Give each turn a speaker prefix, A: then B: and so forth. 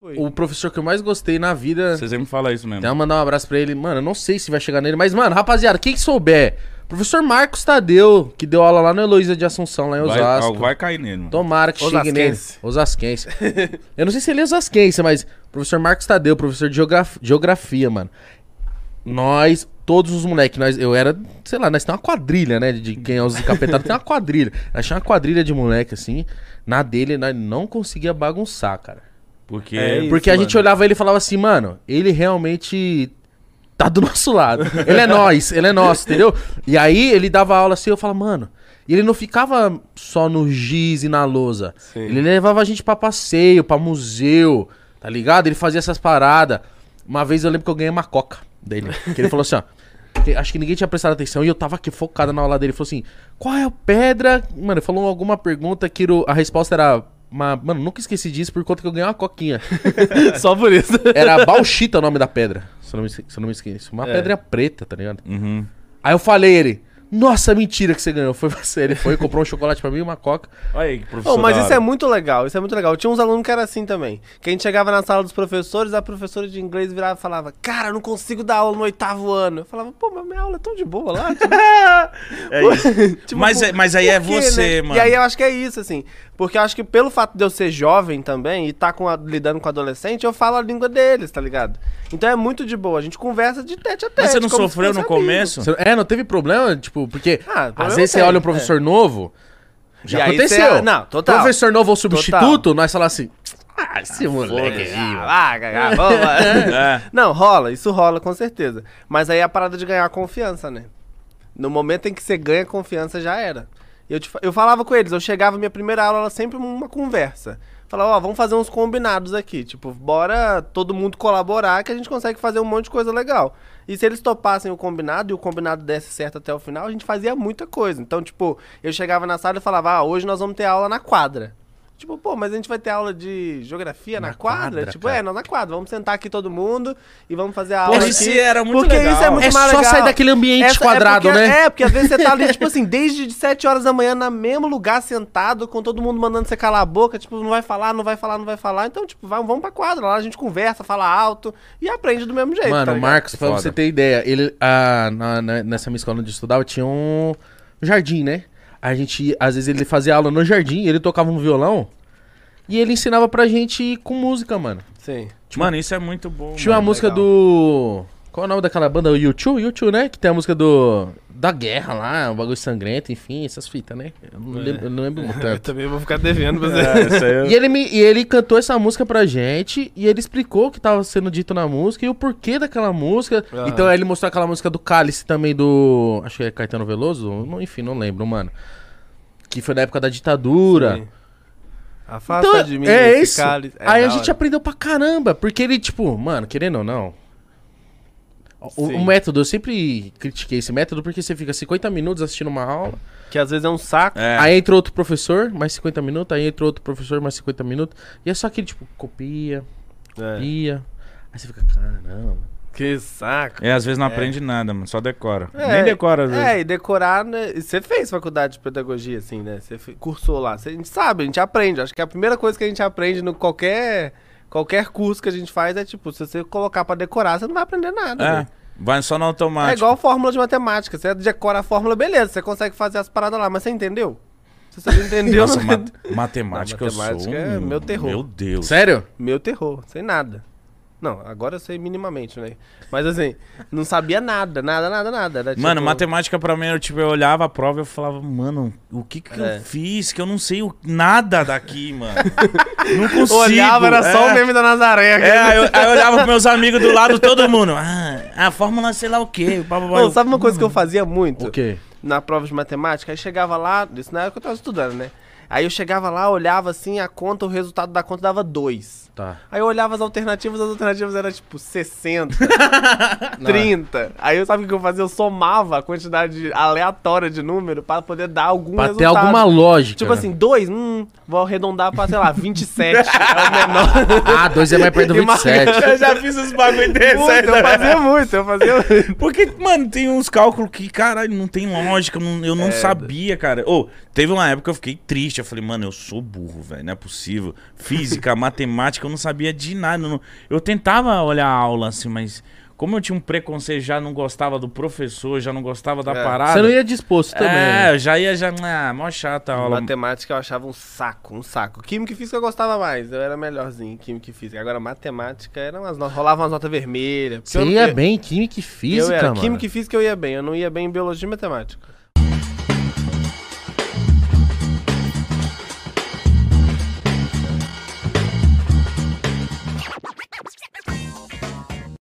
A: Foi.
B: O professor que eu mais gostei na vida.
C: Você sempre fala isso mesmo.
B: Até mandar um abraço pra ele. Mano, eu não sei se vai chegar nele, mas, mano, rapaziada, quem souber, professor Marcos Tadeu, que deu aula lá no Heloísa de Assunção,
A: um
B: lá em
C: vai,
B: Osasco.
C: algo vai cair nele, mano.
B: Tomara que chegue nele.
A: Osasquense.
B: Osasquense. Eu não sei se ele é osasquense, mas professor Marcos Tadeu, professor de geograf- geografia, mano. Nós, todos os moleques, nós, eu era, sei lá, nós tem uma quadrilha, né? De quem é os encapetados, tem uma quadrilha. Nós tinha uma quadrilha de moleque, assim. Na dele, nós não conseguia bagunçar, cara.
C: Porque
A: É isso.
B: Porque a gente
A: mano.
B: olhava ele e falava assim, mano, ele realmente tá do nosso lado. Ele é nós, ele é nosso, entendeu? E aí ele dava aula assim, eu falava, mano. E ele não ficava só no giz e na lousa.
A: Sim.
B: Ele levava a gente pra passeio, pra museu, tá ligado? Ele fazia essas paradas. Uma vez eu lembro que eu ganhei uma coca dele. Que ele falou assim, ó. que- Acho que ninguém tinha prestado atenção e eu tava aqui focado na aula dele. Ele falou assim: qual é a pedra? Mano, ele falou alguma pergunta que o- a resposta era. Uma... Mano, nunca esqueci disso por conta que eu ganhei uma coquinha.
A: Só por isso.
B: Era bauxita o nome da pedra, se eu não me, esque- se eu não me esqueço. Uma
A: É.
B: pedra preta, tá ligado?
C: Uhum.
B: Aí eu falei ele, nossa, mentira que você ganhou, foi você. Ele foi, comprou um chocolate pra mim e uma coca.
C: Olha aí que professor.
A: Oh, mas
C: da
A: isso é
C: hora.
A: muito legal, isso é muito legal. Tinha uns alunos que era assim também. Que a gente chegava na sala dos professores, a professora de inglês virava e falava, cara, eu não consigo dar aula no oitavo ano. Eu falava, pô, mas minha aula é tão de boa lá. tipo, tipo,
C: É Mas
A: por-
C: é- mas aí é
A: por quê,
C: você,
A: né?
C: mano.
A: E aí eu acho que é isso, assim. Porque eu acho que pelo fato de eu ser jovem também e tá com a- lidando com adolescente, eu falo a língua deles, tá ligado? Então é muito de boa, a gente conversa de tete a tete.
C: Mas você não
A: como se
C: sofreu no
A: fosse amigo.
C: começo?
B: Você- É, não teve problema, tipo, porque
A: Então. Ah,
B: às
A: problema
B: vezes você
A: tem,
B: olha um
A: é.
B: professor novo, já
A: E aí você- é,
B: aconteceu.
A: não, total.
B: Professor novo ou substituto,
A: Total.
B: nós falamos assim, ah, esse moleque aí, mano."
A: Ah, ah, ah, vamos lá.
C: É.
A: Não, rola, isso rola com certeza. Mas aí é a parada de ganhar confiança, né? No momento em que você ganha confiança, já era. Eu, te fa- eu falava com eles, eu chegava, minha primeira aula era sempre uma conversa. Falava, ó, vamos fazer uns combinados aqui. Tipo, bora todo mundo colaborar que a gente consegue fazer um monte de coisa legal. E se eles topassem o combinado e o combinado desse certo até o final, a gente fazia muita coisa. Então, tipo, eu chegava na sala e falava, ah, hoje nós vamos ter aula na quadra. Tipo, pô, mas a gente vai ter aula de geografia na,
B: Na
A: quadra?
B: quadra,
A: Tipo,
B: cara.
A: é, nós na quadra. Vamos sentar aqui todo mundo e vamos fazer a aula.
C: Porra,
A: aqui.
C: isso era muito
A: porque
C: legal.
A: isso é muito
B: É
A: mais
B: só
A: legal.
B: sair daquele ambiente
A: Essa-
B: quadrado,
A: é porque,
B: né?
A: É, porque às vezes você tá ali, tipo assim, desde de 7 horas da manhã, no mesmo lugar, sentado, com todo mundo mandando você calar a boca, tipo, não vai falar, não vai falar, não vai falar. Então, tipo, vai- vamos pra quadra, lá a gente conversa, fala alto e aprende do mesmo jeito.
B: Mano,
A: tá
B: o
A: ligado?
B: Marcos, pra
C: Foda.
B: você ter ideia, ele ah, na- na- nessa minha escola onde eu estudava tinha um jardim, né? A gente, às vezes ele fazia aula no jardim, ele tocava um violão e ele ensinava pra gente com música, mano.
A: Sim.
C: Mano, isso é muito bom.
B: Tinha uma
C: mano.
B: música
A: legal.
B: do qual é o nome daquela banda? O YouTube, YouTube, né? Que tem a música do da guerra lá, um bagulho sangrento, enfim, essas fitas, né? Eu
A: É.
B: não lembro, eu não lembro muito. tanto.
A: também vou ficar devendo pra
C: É, isso aí eu-
B: E ele, me, e ele cantou essa música pra gente e ele explicou o que tava sendo dito na música e o porquê daquela música.
A: Aham.
B: Então aí ele mostrou aquela música do Cálice também do. Acho que é Caetano Veloso? Não- enfim, não lembro, mano. Que foi na época da ditadura.
A: Sim. Afasta
B: Então,
A: de mim,
B: é
A: esse
B: isso.
A: cálice. É
B: aí a
A: da
B: gente
A: hora.
B: aprendeu pra caramba, porque ele, tipo, mano, querendo ou não. O, o
A: Sim.
B: método, eu sempre critiquei esse método porque você fica 50 minutos assistindo uma aula,
A: Que às vezes é um saco.
C: É.
B: aí entra outro professor, mais 50 minutos, aí entra outro professor, mais 50 minutos, e é só que, tipo, copia,
A: É.
B: Ia. Aí você fica, caramba.
A: Que saco.
C: É, às vezes não aprende nada, mano. Só decora.
A: É,
C: Nem decora, às vezes.
A: É, e decorar, né? e Você fez faculdade de pedagogia, assim, né? Você fe- cursou lá. Cê- a gente sabe, a gente aprende. Acho que a primeira coisa que a gente aprende no qualquer, qualquer curso que a gente faz é, tipo, se você colocar pra decorar, você não vai aprender nada,
C: É,
A: né?
C: vai só no automático.
A: É igual fórmula de matemática. Você decora a fórmula, beleza, você consegue fazer as paradas lá, mas você entendeu? Se você não entendeu,
C: Nossa,
A: não-
C: ma- matemática, eu sou.
A: matemática é
C: um-
A: meu terror.
C: Meu Deus.
B: Sério?
A: Meu terror, sem nada. Não, agora eu sei minimamente, né? Mas assim, não sabia nada, nada, nada, nada. Era,
C: Mano,
A: tipo,
C: matemática pra mim, eu, tipo, eu olhava a prova e eu falava, mano, o que que
A: É.
C: eu fiz que eu não sei o- nada daqui, mano. não consigo.
A: Olhava, era só
C: é.
A: o meme da Nazaré.
C: É, aí eu, aí eu olhava pros meus amigos do lado, todo mundo. Ah, a fórmula sei lá o quê. blá, blá, blá.
A: Ô, sabe uma coisa que eu fazia muito?
B: um O quê?
A: Na prova de matemática, aí chegava lá, isso na época que eu tava estudando, né? Aí eu chegava lá, olhava assim a conta, o resultado da conta dava 2.
B: Tá.
A: Aí eu olhava as alternativas, as alternativas eram tipo 60, 30. Aí eu sabe o que eu fazia? Eu somava a quantidade aleatória de número pra poder dar algum
B: Pra ter
A: resultado.
B: alguma lógica.
A: Tipo
B: né?
A: assim, 2, hum, vou arredondar pra, sei lá, 27. é o menor.
B: Ah, dois é mais perto do
A: E marca-
B: 27.
C: Eu já fiz uns um bagulho desse aí né?
A: Muito, eu
C: também.
A: fazia muito, eu fazia muito.
C: Porque, mano, tem uns cálculos que, caralho, não tem lógica, eu não- eu não sabia, cara. Ou, teve uma época que eu fiquei triste, eu falei, mano, eu sou burro, velho, não é possível. Física, matemática, matemática, eu não sabia de nada. eu não- Eu tentava olhar a aula, assim, mas como eu tinha um preconceito, já não gostava do professor, já não gostava da
A: É.
C: parada.
B: Você não ia disposto também. né?
C: É, eu já ia já. Ah, mó chata a aula.
A: Matemática eu achava um saco, um saco. Química e física eu gostava mais, eu era melhorzinho em química e física. Agora matemática era umas notas, rolava umas notas vermelhas. porque
B: Você
A: eu-
B: ia
A: eu-
B: bem em química e física,
A: eu era.
B: mano.
A: Química e física eu ia bem, eu não ia bem em biologia e matemática.